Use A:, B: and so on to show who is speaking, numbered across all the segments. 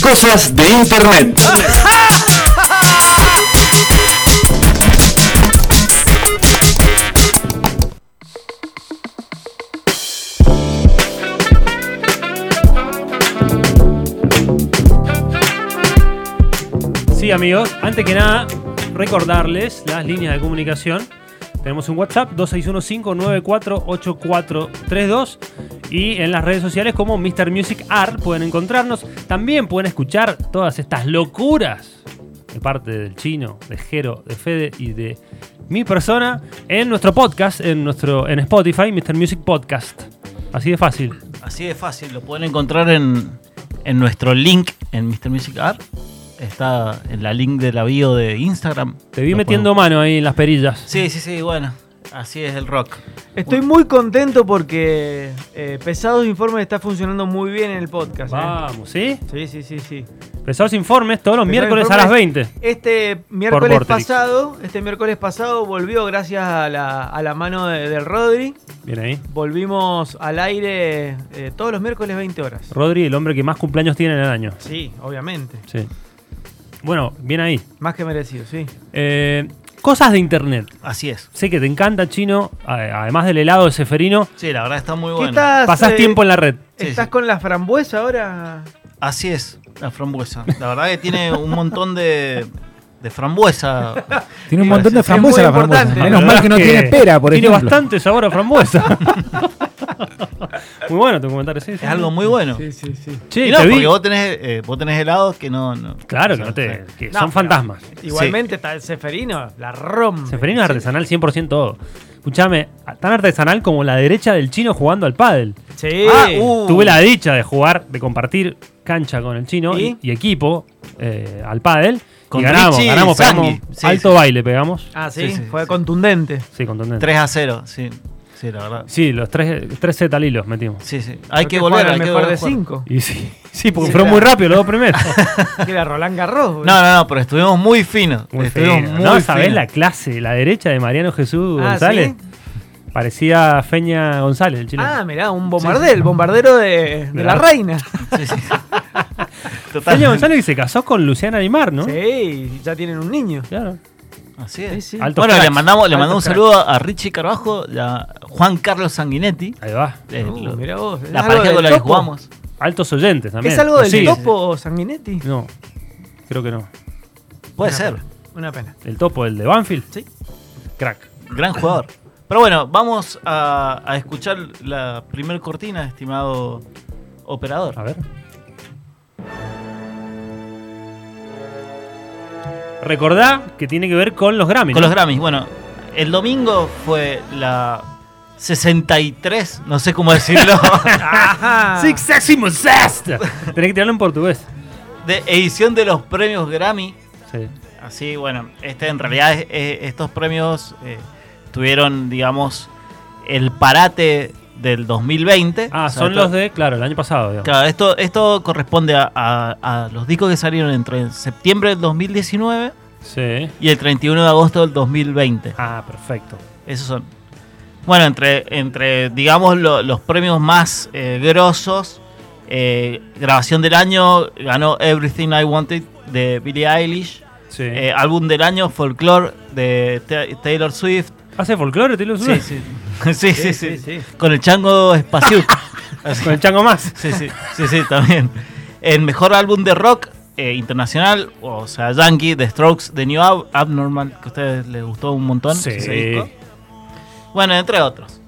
A: cosas de internet.
B: Sí, amigos, antes que nada, recordarles las líneas de comunicación. Tenemos un WhatsApp 2615948432 y en las redes sociales como Mr. Music Art pueden encontrarnos. También pueden escuchar todas estas locuras de parte del chino, de Jero, de Fede y de mi persona en nuestro podcast, en nuestro en Spotify, Mr. Music Podcast. Así de fácil.
C: Así de fácil, lo pueden encontrar en, en nuestro link en Mr. Music Art. Está en la link de la bio de Instagram.
B: Te vi
C: Lo
B: metiendo
C: podemos-
B: mano ahí en las perillas.
C: Sí, sí, sí, bueno. Así es el rock.
D: Estoy muy contento porque eh, Pesados Informes está funcionando muy bien en el podcast. eh.
B: Vamos, ¿sí?
D: Sí, sí, sí, sí.
B: Pesados informes todos los
D: Pesados
B: miércoles a
D: Informes.
B: las 20.
D: Este miércoles
B: Vorterix.
D: pasado, este miércoles pasado volvió gracias a la, a la mano de- del Rodri.
B: Bien ahí.
D: Volvimos al aire eh, todos los miércoles 20 horas.
B: Rodri, el hombre que más cumpleaños tiene en el año.
D: Sí, obviamente.
B: Sí. Bueno, bien ahí.
D: Más que merecido, sí.
B: Eh, cosas de internet.
C: Así es.
B: Sé que te encanta, Chino. a- Además del helado de Seferino,
C: Sí, la verdad está muy
D: ¿Qué
C: bueno.
E: Ah,
D: estás?
B: pasás
D: eh,
B: tiempo en la red.
C: Sí,
D: ¿Estás
C: sí.
D: con la frambuesa ahora?
C: Así es, la frambuesa. La verdad que tiene un montón de, de frambuesa.
E: Tiene un
D: Digo,
E: montón de
D: es- es
E: frambuesa
D: muy
E: la frambuesa.
D: importante.
E: Menos
B: La
E: mal
B: verdad
E: que no
B: es
E: tiene pera, por
B: tiene
E: ejemplo.
B: bastante sabor a frambuesa. Muy bueno tu comentario, sí. sí.
C: Es algo muy bueno.
D: sí, sí.
B: Che,
C: Y no,
B: te vi.
C: porque vos tenés, eh, vos tenés helados que no. no-
B: Claro, que,
C: o
B: no
C: sea,
B: te, que
D: No,
B: son
D: pero-
B: fantasmas.
D: Igualmente está el Seferino, la rompe.
B: Seferino es artesanal 100% todo. Escuchame, tan artesanal como la derecha del chino jugando al pádel.
D: Sí.
C: Ah, uh.
B: Tuve la dicha de jugar, de compartir cancha con el chino y,
D: ¿Y?
B: y equipo eh, al pádel.
C: Con
B: y ganamos,
C: Richie
B: ganamos,
C: Sangui.
B: pegamos
C: Sí,
B: alto
C: sí.
B: baile, pegamos.
D: Ah, sí,
C: Sí, sí,
D: fue
C: sí.
D: contundente.
B: Sí, contundente.
C: 3 a 0, sí. Sí, la verdad.
B: Sí, los tres, tres set al hilo metimos.
C: Sí, sí. Hay
D: Creo
C: que volver,
D: juegan
C: hay que
D: mejor
C: volver a
D: de
C: jugar.
D: 5.
B: Y sí, sí porque
D: Sí,
B: fueron muy
D: claro.
B: rápios los dos primeros.
D: Que era Roland Garros. boludo.
C: No, no, no, pero estuvimos muy finos.
B: Muy
C: estuvimos
B: fino,
C: muy
B: ¿No sabés
C: finos.
B: la clase, la derecha de Mariano Jesús
D: Ah,
B: González?
D: ¿sí?
B: Parecía Feña González, el chino.
D: Ah, mirá, un bombardel, el bombardero de, de
B: De
D: la
B: la-
D: reina.
C: Sí, sí. Total.
B: Feña González que se casó con Luciana Animar, ¿no?
D: Sí, ya tienen un niño.
B: Claro.
C: Así
D: Sí,
C: es.
D: sí.
B: Alto.
C: Bueno,
B: cracks.
C: le mandamos, le mandamos un
D: Altos
C: saludo a Richie Carbajo, y a Juan Carlos Sanguinetti.
B: Ahí va.
C: eh,
D: Uh,
C: lo-
D: mirá vos. ¿es
C: la
D: algo
C: pareja
D: del
C: con la que
D: topo?
C: jugamos.
B: Altos oyentes también.
D: ¿Es algo del
B: Sí.
D: topo Sanguinetti?
B: No, creo que no.
C: Puede
D: Una
C: ser.
D: pena, Una pena.
B: El topo, el de Banfield.
D: Sí.
B: Crack.
C: Gran jugador. Pero bueno, vamos a, a escuchar la primer cortina, estimado
B: A
C: operador.
B: ver. Recordá que tiene que ver con los Grammy.
C: Con
B: ¿no?
C: los Grammys. Bueno, el domingo fue la 63, no sé cómo decirlo, Ah.
D: Ajá.
B: Seximo sexto. Tenés que tirarlo en portugués.
C: de edición de los premios Grammy.
B: Sí.
C: Así, bueno, este en realidad es- es- estos premios eh, tuvieron, digamos, el parate del 2020.
B: Ah,
C: O sea,
B: son
C: esto-
B: los de, claro, el año pasado. digamos.
C: Claro, esto, esto corresponde a, a- a los discos que salieron entre septiembre del 2019
B: Sí.
C: y el 31 de agosto del 2020.
B: Ah, perfecto.
C: Esos son. Bueno, entre, entre digamos, lo- los premios más eh, grosos, eh, grabación del año, ganó Everything I Wanted de Billie Eilish.
B: Sí.
C: Eh, álbum del año, Folklore de Ta- Taylor Swift.
B: ¿Hace folclore, Taylor
C: Sí,
B: Swift?
C: sí. sí, sí,
D: sí,
C: sí.
D: sí.
C: Con el chango espacial. Así.
B: Con el chango más.
C: sí, sí, sí, sí, también. El mejor álbum de rock eh, internacional, o sea, Yankee, The Strokes, The New Ab- Abnormal, que a ustedes les gustó un montón.
B: Sí.
C: ese disco. Bueno, entre otros.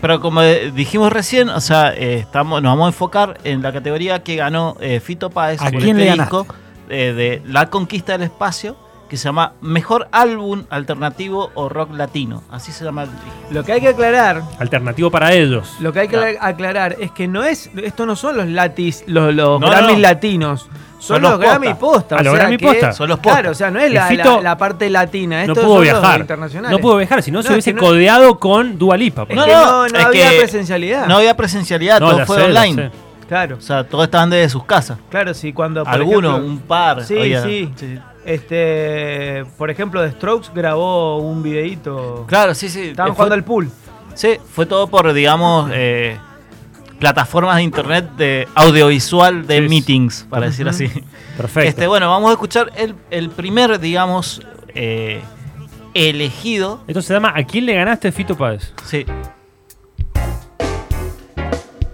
C: Pero como eh, dijimos recién, o sea, eh, estamos, nos vamos a enfocar en la categoría que ganó eh, Fito Páez
E: ¿A
C: por
E: quién
C: este
E: le ganaste?
C: disco eh, de La Conquista del Espacio, que se llama Mejor Álbum Alternativo o Rock Latino. Así se llama el disco.
D: Lo que hay que aclarar,
B: Alternativo para ellos.
D: lo que hay que
C: Claro.
D: aclarar es que no es, esto no son los latis, los, los
C: No,
D: Grammys
C: no.
D: latinos. Son,
C: Son
D: los,
C: los
D: Grammy posta.
B: Ah,
D: o
B: los
D: sea
B: Grammy
D: que-
B: posta.
C: Son los posta.
D: Claro, o sea, no es
B: Y
D: la,
B: Fito
D: la- la parte latina.
B: No
D: estos
B: pudo
D: son los
B: viajar. No
D: internacionales.
B: pudo viajar, si no,
D: No,
B: se
D: es
B: hubiese
D: que no-
B: codeado con pues. Dualipa.
D: Es
C: No,
D: que
C: no,
D: no, no
C: es
D: había
C: que-
D: presencialidad.
C: No había presencialidad, todo fue online.
D: Claro,
C: O sea, todos estaban desde sus casas.
D: claro, sí, cuando por
C: Algunos,
D: ejemplo,
C: un par.
D: Sí,
C: había.
D: sí. Este, por ejemplo, The Strokes grabó un videíto.
C: Claro, sí, sí.
D: Estaban
C: Eh, fue-
D: jugando al pool.
C: Sí, fue todo por, digamos, eh, plataformas de internet de audiovisual de
B: Sí.
C: meetings, para decir
D: Ujú.
C: así.
B: Perfecto.
C: Este, bueno, vamos a escuchar el, el primer, digamos, eh, elegido.
B: Esto se llama ¿A quién le ganaste Fito Páez?
C: Sí.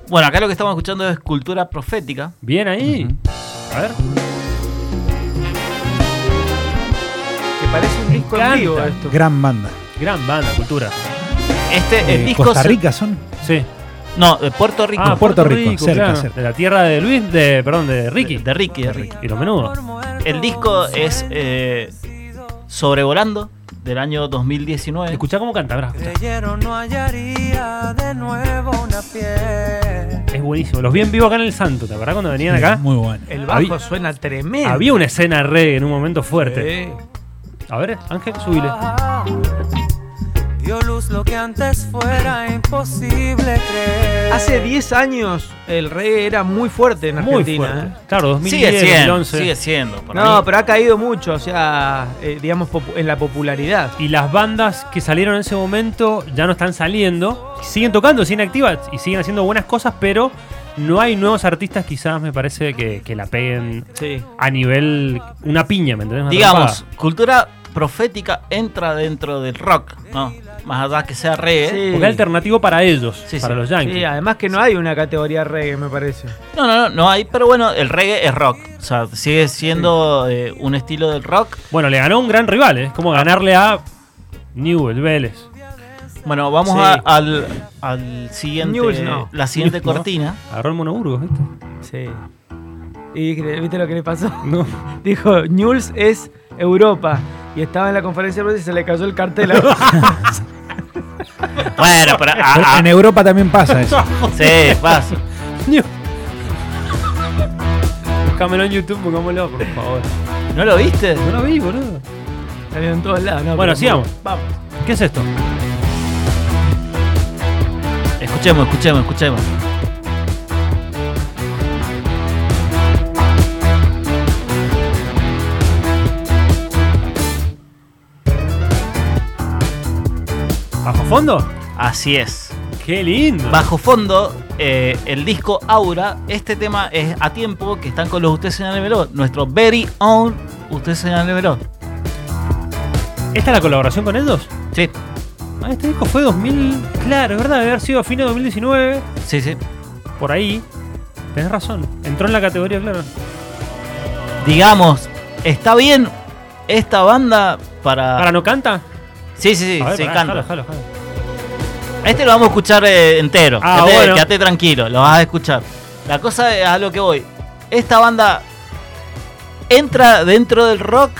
C: Bueno, acá lo que estamos escuchando es cultura profética.
B: Bien ahí. A ver.
D: Que parece un
B: Me
D: disco en
B: encanta.
D: vivo esto.
A: Gran banda.
B: Gran banda, cultura.
C: Este el
A: Eh,
C: disco
A: Costa
C: se-
A: Rica son.
B: Sí.
C: No, de Puerto Rico.
A: Ah, Puerto Rico, cerca, cerca.
B: De la tierra de Luis, de, perdón, de Ricky.
C: De, de Ricky, de Ricky.
B: Y los menudos.
C: El disco es eh, Sobrevolando del año 2019.
B: Escuchá cómo canta, verás, escuchá.
E: Creyeron no hallaría de nuevo una piel.
B: Es buenísimo. Los vi en vivo acá en El Santo, ¿te acordás cuando venían
A: Sí,
B: acá?
A: Muy bueno.
D: El bajo
B: Había-
D: suena tremendo.
B: Había una escena reggae en un momento fuerte.
D: Sí.
B: A ver, Ángel, subile.
E: Dio luz lo que antes fuera imposible creer.
D: Hace 10 años el reggae era muy fuerte en
B: Muy
D: Argentina.
B: fuerte.
D: ¿eh?
B: Claro, 2010,
C: sigue siendo.
B: 2011.
C: Sigue siendo. para
D: No,
C: mí.
D: pero ha caído mucho, o sea, eh, digamos, popu- en la popularidad.
B: Y las bandas que salieron en ese momento ya no están saliendo. Siguen tocando, siguen activas y siguen haciendo buenas cosas, pero no hay nuevos artistas, quizás me parece que, que la peguen
D: Sí.
B: a nivel una piña, ¿me entendés? Una
C: digamos,
B: trompada.
C: cultura profética entra dentro del rock, ¿no? Más allá que sea reggae.
D: Sí.
B: Porque es alternativo para ellos,
C: Sí,
B: para
C: sí.
B: los Yankees.
D: Sí, además que no hay una categoría reggae, me parece.
C: No, no, no, no hay, pero bueno, el reggae es rock. O sea, sigue siendo eh, un estilo del rock.
B: Bueno, le ganó un gran rival, ¿eh? es como ganarle a Newell Vélez.
C: Bueno, vamos
D: Sí.
C: a- al, al siguiente,
D: News, no.
C: la siguiente
B: News, no.
C: cortina.
B: Agarró el monoburgo, ¿viste?
D: Sí. ¿Y cre- viste lo que le pasó?
B: Ah. No.
D: Dijo, Newell's es Europa. Y estaba en la conferencia de prensa y se le cayó el cartel. a-
C: Bueno, pero ah.
A: Pero
C: a- a-
A: en Europa también pasa eso.
C: sí, pasa.
B: Buscámelo en YouTube, pongámoslo, por favor.
C: ¿No lo viste?
B: No lo vi, boludo.
D: Salió en todos lados. No,
B: Bueno,
D: pero-
B: sigamos.
D: Vamos.
B: ¿Qué es esto?
C: Escuchemos, escuchemos, escuchemos.
B: ¿Bajo fondo?
C: Así es.
B: ¡Qué lindo!
C: Bajo fondo, eh, el disco Aura, este tema es a tiempo que están con los Ustedes Señalémelo, nuestro very own Ustedes Señalémelo.
B: ¿Esta es la colaboración con ellos?
C: Sí,
B: Ah, este disco fue 2000. Claro, es verdad, debe haber sido a fines de 2019,
C: sí, sí.
B: por ahí. Tenés razón. Entró en la categoría, claro.
C: Digamos, ¿está bien esta banda para...?
B: ¿Ahora no canta?
C: Sí, Ah. sí, sí, sí,
B: pará,
C: canta.
B: jalo, jalo, jalo.
C: Este lo vamos a escuchar eh, entero.
B: Ah,
C: quédate,
B: bueno.
C: quédate tranquilo, lo vas a escuchar. La cosa es a lo que voy. Esta banda entra dentro del rock.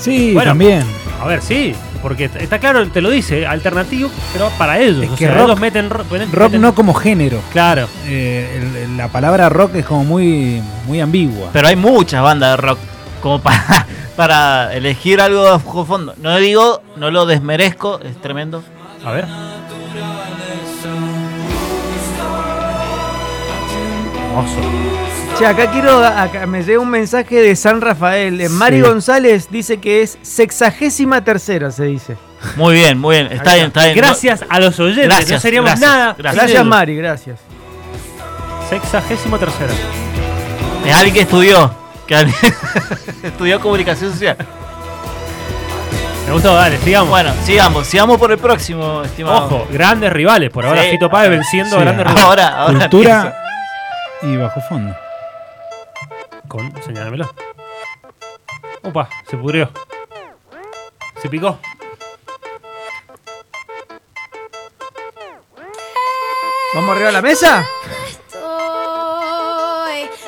A: Sí,
B: Bueno.
A: también.
B: A ver, sí, porque t- está claro, te lo dice, alternativo, pero para ellos.
A: Es
B: o
A: que
B: sea,
A: rock-
B: ellos meten ro- meten-
A: Rock
B: meten-
A: no como género.
B: Claro.
A: Eh, el- el- la palabra rock es como muy, muy ambigua.
C: Pero hay muchas bandas de rock como para, para elegir algo de bajo fondo. No digo, no lo desmerezco, es tremendo.
B: A ver. Hermoso.
D: Che, acá quiero, acá me llega un mensaje de San Rafael. Eh, Mari
A: Sí.
D: González dice que es sexagésima tercera, se dice.
C: Muy bien, muy bien. Está bien, está bien.
B: Gracias a los oyentes, no
C: Gracias,
B: seríamos
C: gracias,
B: nada.
C: gracias.
B: sin
D: Gracias,
B: ellos.
D: Mari, gracias.
B: Sexagésimo tercera.
C: No, es alguien que estudió. Que alguien- estudió comunicación social.
B: Me gustó, dale, sigamos.
C: Bueno, sigamos, sigamos por el próximo, estimado.
B: Ojo, grandes rivales. Por ahora
C: Sí. Ah.
B: Fito Páez venciendo a
A: Sí.
B: grandes rivales.
C: Ahora, ahora. empieza.
A: Cultura y bajo fondo.
B: Con, señálamelo. Opa, se pudrió. Se picó.
D: ¿Vamos arriba a la mesa?
F: Estoy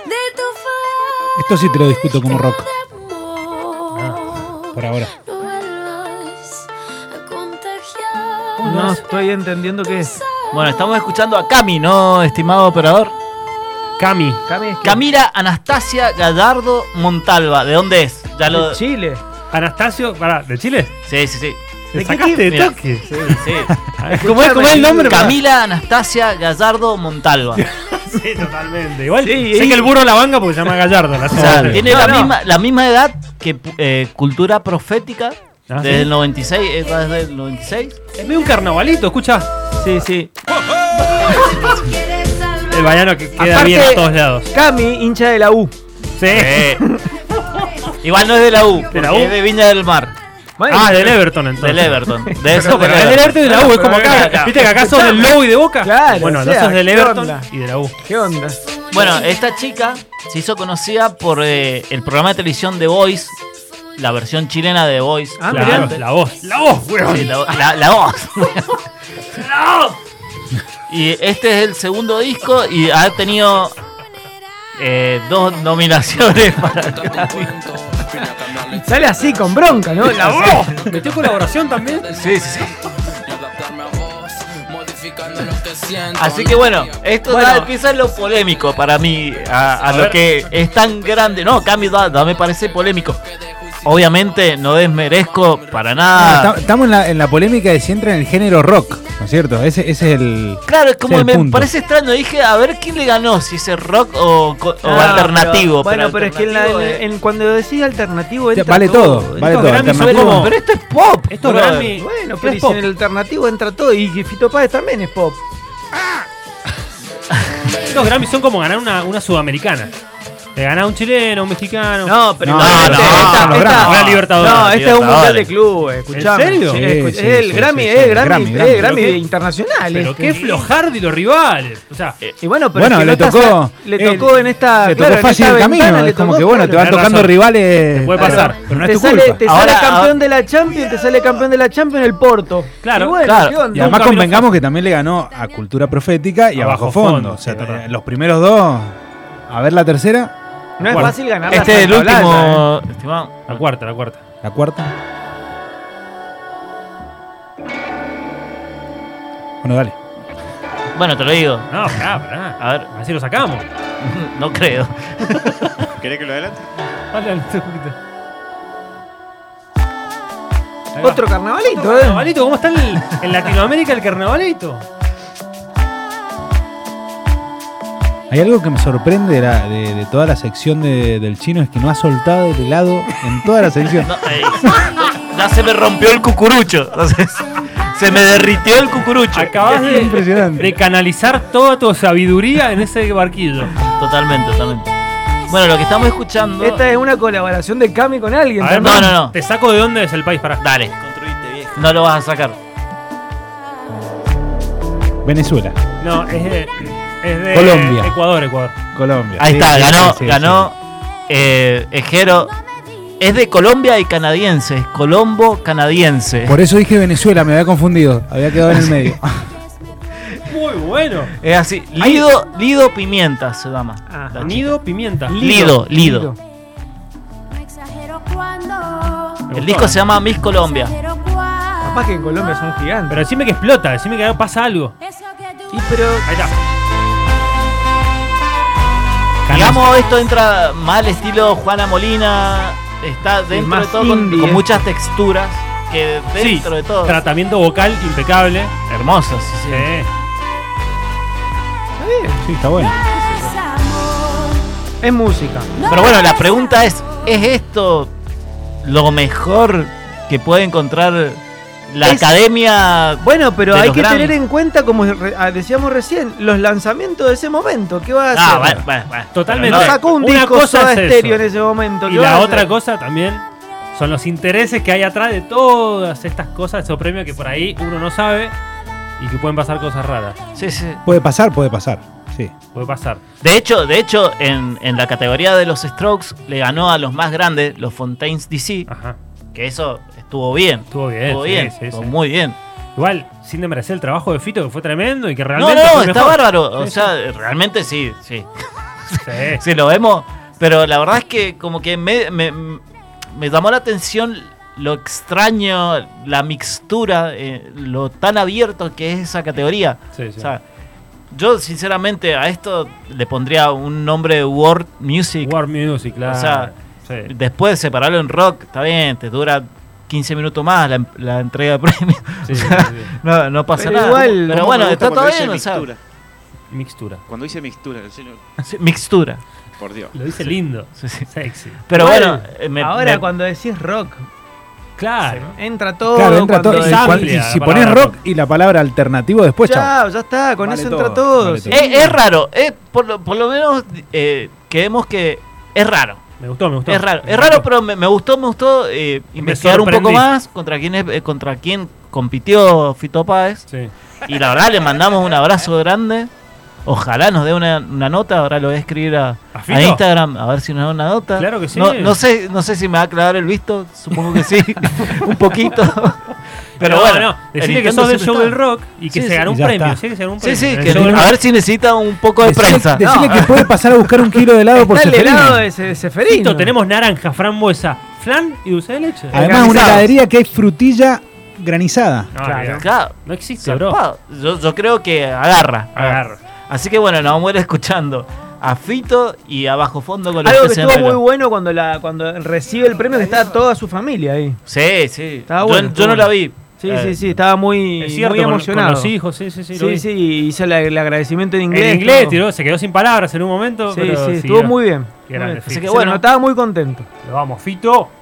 F: de tu falta
A: Esto sí te lo discuto como rock
F: de amor.
C: Ah,
A: por ahora.
F: No vuelvas a contagiar.
D: No estoy entendiendo qué es.
C: Bueno, estamos escuchando a Cami, ¿no, estimado operador?
B: Cami.
D: Cami, es que-
C: Camila Anastasia Gallardo Montalva, ¿de dónde es? Ya
D: de
C: lo... Sí,
D: Chile.
B: Anastasio, pará, ¿de Chile?
C: sí, sí.
B: ¿Te
D: qué
B: sacaste de
C: Mira,
B: toque?
C: sí, sí.
B: ¿Cómo es, cómo es el nombre? pará?
C: Camila Anastasia Gallardo Montalva. O
B: Sí, totalmente. Igual
D: Sí,
B: sé
D: y-
B: que el burro la banca porque se llama Gallardo. La
C: sea,
B: obvio.
C: tiene
D: No,
C: la,
D: no.
C: Misma, la misma edad que eh, Cultura Profética,
B: Ah,
C: desde
B: sí.
C: el 96, eh, desde el 96.
B: Es medio un carnavalito, escucha.
C: sí, sí.
B: El baiano que queda
D: Aparte-
B: bien a todos lados.
D: Cami, hincha de la U.
B: Sí.
C: Eh. Igual no es de la U,
B: ¿De la
C: porque
B: U?
C: es de Viña del Mar,
D: Bueno,
B: Ah, del Everton entonces.
C: del Everton. De
B: Pero,
C: eso
B: pero es del Everton y de la U, es como acá. ¿Viste que acá sos del Lobo y de Boca?
D: Claro,
B: Bueno,
D: o
B: no
D: sea,
B: sos del
D: ¿qué
B: Everton
D: onda?
B: y de la U.
D: ¿Qué onda?
C: Bueno, esta chica se hizo conocida por eh, el programa de televisión The Voice, la versión chilena de The Voice.
D: Ah,
B: Claro,
D: mirá.
B: la voz. La voz, weón.
C: Sí, la, la- la voz. Y este es el segundo disco y ha tenido eh, dos nominaciones para
D: Sale así con bronca, ¿no? La voz.
B: ¿Metió colaboración también?
C: Sí, sí, sí. Así que bueno, esto
D: Bueno.
C: da- quizás es lo polémico para mí, a, a lo
B: ver.
C: que es tan grande. No, Cami Dada me parece polémico. Obviamente no desmerezco para
A: Ah,
C: nada.
A: ta- Estamos en la, en la polémica de si entra en el género rock, ¿no es cierto? Ese, ese es el.
C: Claro, es
A: Sí,
C: como
A: el
C: me
A: punto.
C: parece extraño. Dije, a ver quién le ganó, si ese rock o, co- o
D: Ah,
C: alternativo.
D: pero- bueno, pero, es que en la-
C: alternativo eh.
D: en- en- cuando decís alternativo
A: Ya,
D: entra
A: vale todo, vale
D: Entra-
A: todo.
B: Grammy
A: alternativo.
B: son como-
C: Pero esto es pop.
B: Esto es
C: brother.
B: Grammy.
D: Bueno,
B: Pero
D: pero
B: es
D: y si
B: pop.
D: en el alternativo entra todo y que Fito Páez también es pop.
B: Estos Grammys son como ganar una, una sudamericana. Le ganás a un chileno, un mexicano.
D: No, pero
A: No,
D: imagínate,
A: no,
D: esta-
A: no,
D: esta-
A: Grammy.
B: Una Libertadores.
D: No, este es un mundial de
C: Libertadores.
D: clubes, escuchame.
B: ¿En serio?
D: Sí,
A: Sí,
D: escu-
A: sí,
D: es el
A: sí,
D: Grammy,
A: sí,
D: es
A: sí,
D: el Grammy,
A: Grammy,
D: es
A: Grammy.
D: el Grammy
B: Pero qué-
D: internacional.
B: Pero
D: este.
B: qué flojardi los rivales. O sea,
D: Y bueno, pero
A: Bueno,
D: es que
A: le
D: no estás-
A: tocó-
D: le
A: él-
D: tocó en esta
A: Te
D: claro,
A: tocó
D: en
A: fácil
D: esta
A: el camino,
D: ventana,
A: es
D: le
A: como
D: tocó,
A: que bueno, te
D: claro.
A: van
B: Tenés
A: tocando
B: razón.
A: rivales.
B: Te puede
A: Claro,
B: pasar.
A: Pero no
D: te
A: es tu
D: sale,
A: culpa.
D: te
C: Ahora-
D: sale campeón de la Champions, te sale campeón de la Champions en el Porto.
B: Claro,
D: Y bueno,
C: claro.
D: ¿qué onda?
A: Y además
B: Nunca vino
A: convengamos que también le ganó a Cultura Profética y a Bajo Fondo. O sea,
B: sí, es verdad.
A: eh, los primeros dos. A ver la tercera,
D: no es
B: Bueno,
D: fácil ganar.
C: Este
D: la
C: es el
D: Santa Blanda, ¿eh?
C: último. estimado.
B: la cuarta, la cuarta.
A: la cuarta. Bueno, dale.
C: Bueno, te lo digo.
B: No, pará, pará.
C: A ver.
B: Así lo sacamos.
C: No creo.
G: ¿Querés que lo adelante?
B: Dale, adelante un poquito. Ahí va.
D: Otro carnavalito, ¿eh?
B: Carnavalito, ¿cómo está el- en Latinoamérica el carnavalito?
A: Hay algo que me sorprende de, la- de- de toda la sección de- del chino es que no ha soltado el helado en toda la sección.
C: No, eh, ya se me rompió el cucurucho. Entonces, se me derritió el cucurucho.
B: Acabas de,
A: Impresionante.
B: de canalizar toda tu sabiduría en ese barquillo.
C: Totalmente, totalmente. Bueno, lo que estamos escuchando.
D: Esta es una colaboración de Cami con alguien.
B: A ver,
D: también.
C: no,
B: Hernán,
C: no, no.
B: Te saco de dónde es el país para.
C: Dale. No lo vas a sacar.
A: Venezuela,
B: No, es de, es de
A: Colombia.
B: Ecuador, Ecuador.
A: Colombia.
C: Ahí
A: Sí,
C: está,
A: sí,
C: ganó,
A: sí, sí,
C: ganó eh, Ejero. Es de Colombia y canadiense. Es Colombo
A: sí.
C: canadiense.
A: Por eso dije Venezuela, me había confundido. Había quedado en el medio.
B: Muy bueno.
C: Es así. Lido, Lido Pimienta se llama.
B: Ah,
D: Ajá.
C: Ah, La chica.
B: Nido pimienta.
C: Lido, Lido.
F: No exagero cuando.
B: Me gustó,
C: El disco
B: eh.
C: se llama Miss Colombia.
F: exagero cuando-
D: Capaz que en Colombia son gigantes.
B: Pero decime que explota, decime que pasa algo.
F: Eso que tú
D: Y pero
B: Ahí está.
C: Digamos, esto entra mal estilo Juana Molina. Está dentro
D: más
C: de todo con,
D: indie,
C: con
D: eh.
C: muchas texturas. Que
B: Sí,
C: dentro de todo.
B: tratamiento vocal impecable.
C: Hermosas, sí, sí.
B: Eh,
A: Sí, está bueno.
F: es amor.
D: es música.
F: No
C: Pero bueno, la
F: es
C: pregunta es:
F: amor.
C: ¿es esto lo mejor que puede encontrar la
D: Es-
C: academia?
D: Bueno, pero
C: De
D: hay
C: los
D: que
C: Grammy.
D: tener en cuenta, como re- ah, decíamos recién, los lanzamientos de ese momento. ¿Qué va a hacer?
C: Ah, bueno, bueno, bueno.
B: Totalmente.
D: No
C: Pero
D: sacó un
B: Una
D: disco
B: cosa
D: Soda
B: es eso.
D: estéreo en ese momento.
B: Y
D: ¿qué va a
B: la
D: hacer?
B: otra cosa también son los intereses que hay atrás de todas estas cosas, esos premios que por ahí uno no sabe y que pueden pasar cosas raras.
C: no- sí, sí.
A: Puede pasar, puede pasar. Sí.
B: Puede pasar.
C: De hecho, de hecho en, en la categoría de los Strokes le ganó a los más grandes, los Fontaines DC,
B: Ajá.
C: que eso estuvo bien.
B: Estuvo bien.
C: Estuvo
B: sí,
C: bien,
B: sí,
C: estuvo
B: sí.
C: muy bien.
B: Igual, sin desmerecer el trabajo de Fito, que fue tremendo y que
C: No,
B: realmente.
C: no,
B: fue el
C: está
B: mejor.
C: bárbaro. O
B: Sí,
C: sea, realmente sí, sí.
B: Sí.
C: Si lo vemos. Pero la verdad es que como que me, me- me llamó la atención lo extraño, la mixtura, eh, lo tan abierto que es esa categoría.
B: Sí, sí.
C: O sea, yo sinceramente a esto le pondría un nombre World Music.
B: War Music, claro.
C: O sea,
B: Sí.
C: Después de separarlo en rock, está bien, te dura 15 minutos más la, la entrega de premio.
B: Sí, sí, sí.
C: No, no pasa
D: Pero
C: nada.
D: igual,
C: pero
G: ¿Cómo
C: bueno,
G: me gusta
C: está todo
G: cuando dice
C: bien, o sea,
G: mixtura?
B: Mixtura.
G: Cuando dice mixtura, el señor-
C: sí, mixtura.
G: por Dios.
B: Lo dice lindo.
C: Sí, sí.
B: Sexy.
C: Pero
D: Igual,
C: bueno, eh, me-
D: ahora
C: me-
D: cuando decís rock,
B: Claro.
D: Entra todo.
A: claro, entra
D: cuando
A: todo.
B: es
A: y cual-
B: amplia
A: y
B: la
A: si
B: palabra
A: pones rock y la palabra alternativo después, chao.
D: Chao, ya está, con
A: Vale
D: eso
A: todo,
D: entra todo.
A: vale
D: sí.
A: todo.
C: Es, eh, es raro, es- por, lo, por lo menos eh, quedemos que es raro.
B: Me gustó, me gustó.
C: Es raro,
B: Me
C: es raro,
B: gustó.
C: pero me, me gustó, me gustó eh, investigar un poco
B: sorprendí.
C: más contra quién, es- eh, contra quién compitió Fito Páez.
B: Sí.
C: Y la verdad le mandamos un abrazo grande. Ojalá nos dé una, una nota, ahora lo voy a escribir a,
B: ¿A
C: a
B: Fito?
C: Instagram a ver si nos da una nota.
B: Claro que sí.
C: No, no sé, no sé si me va a aclarar el visto, supongo que sí, un poquito. Pero
B: No,
C: bueno,
B: no, decirle
C: el
B: que sos del
C: intento
B: show
C: siempre
B: del rock y que
C: Sí,
B: se
C: sí,
B: ganó un
A: ya
B: premio.
A: está.
B: Sí, Eh, que se ganó un
C: Sí,
B: premio.
C: sí,
B: El
C: que-
B: show del
C: a
B: rock.
C: ver si necesita un poco de
A: Decirle,
C: prensa.
A: decirle que puede pasar a buscar un kilo de helado por
D: Está el
A: Ceferino.
D: helado de Ce- Ceferino.
B: Listo, tenemos naranja, frambuesa, flan y dulce de leche.
A: Además, una
D: Organizados.
A: heladería que hay frutilla granizada.
B: No,
D: Claro.
B: mira,
C: Claro,
B: no existe, bro.
C: zarpado. Yo, yo creo que agarra.
B: Agarro.
C: Así que bueno, nos vamos a ir escuchando a Fito y a Bajo Fondo con los
D: Algo que
C: se
D: estuvo muy
C: enredan.
D: bueno cuando, la, cuando recibe el premio, que estaba toda su familia ahí.
C: Sí, sí.
D: Estaba
C: Yo-
D: bueno,
C: yo,
D: estuvo
C: no la
D: bueno.
C: vi.
D: Sí,
C: Eh,
D: sí, sí, estaba muy,
B: Es cierto,
D: muy
B: con-
D: emocionado.
B: Con, los hijos, sí, sí, sí.
D: sí,
B: lo vi.
D: sí, hizo la- el agradecimiento en inglés.
B: en inglés,
D: todo.
B: tiró, se quedó sin palabras en un momento.
D: Sí,
B: pero
D: sí,
B: siguió.
D: estuvo muy bien.
B: Qué grande,
D: Muy bien.
B: Fito.
D: Así que bueno, estaba muy contento.
B: Lo Vamos, Fito.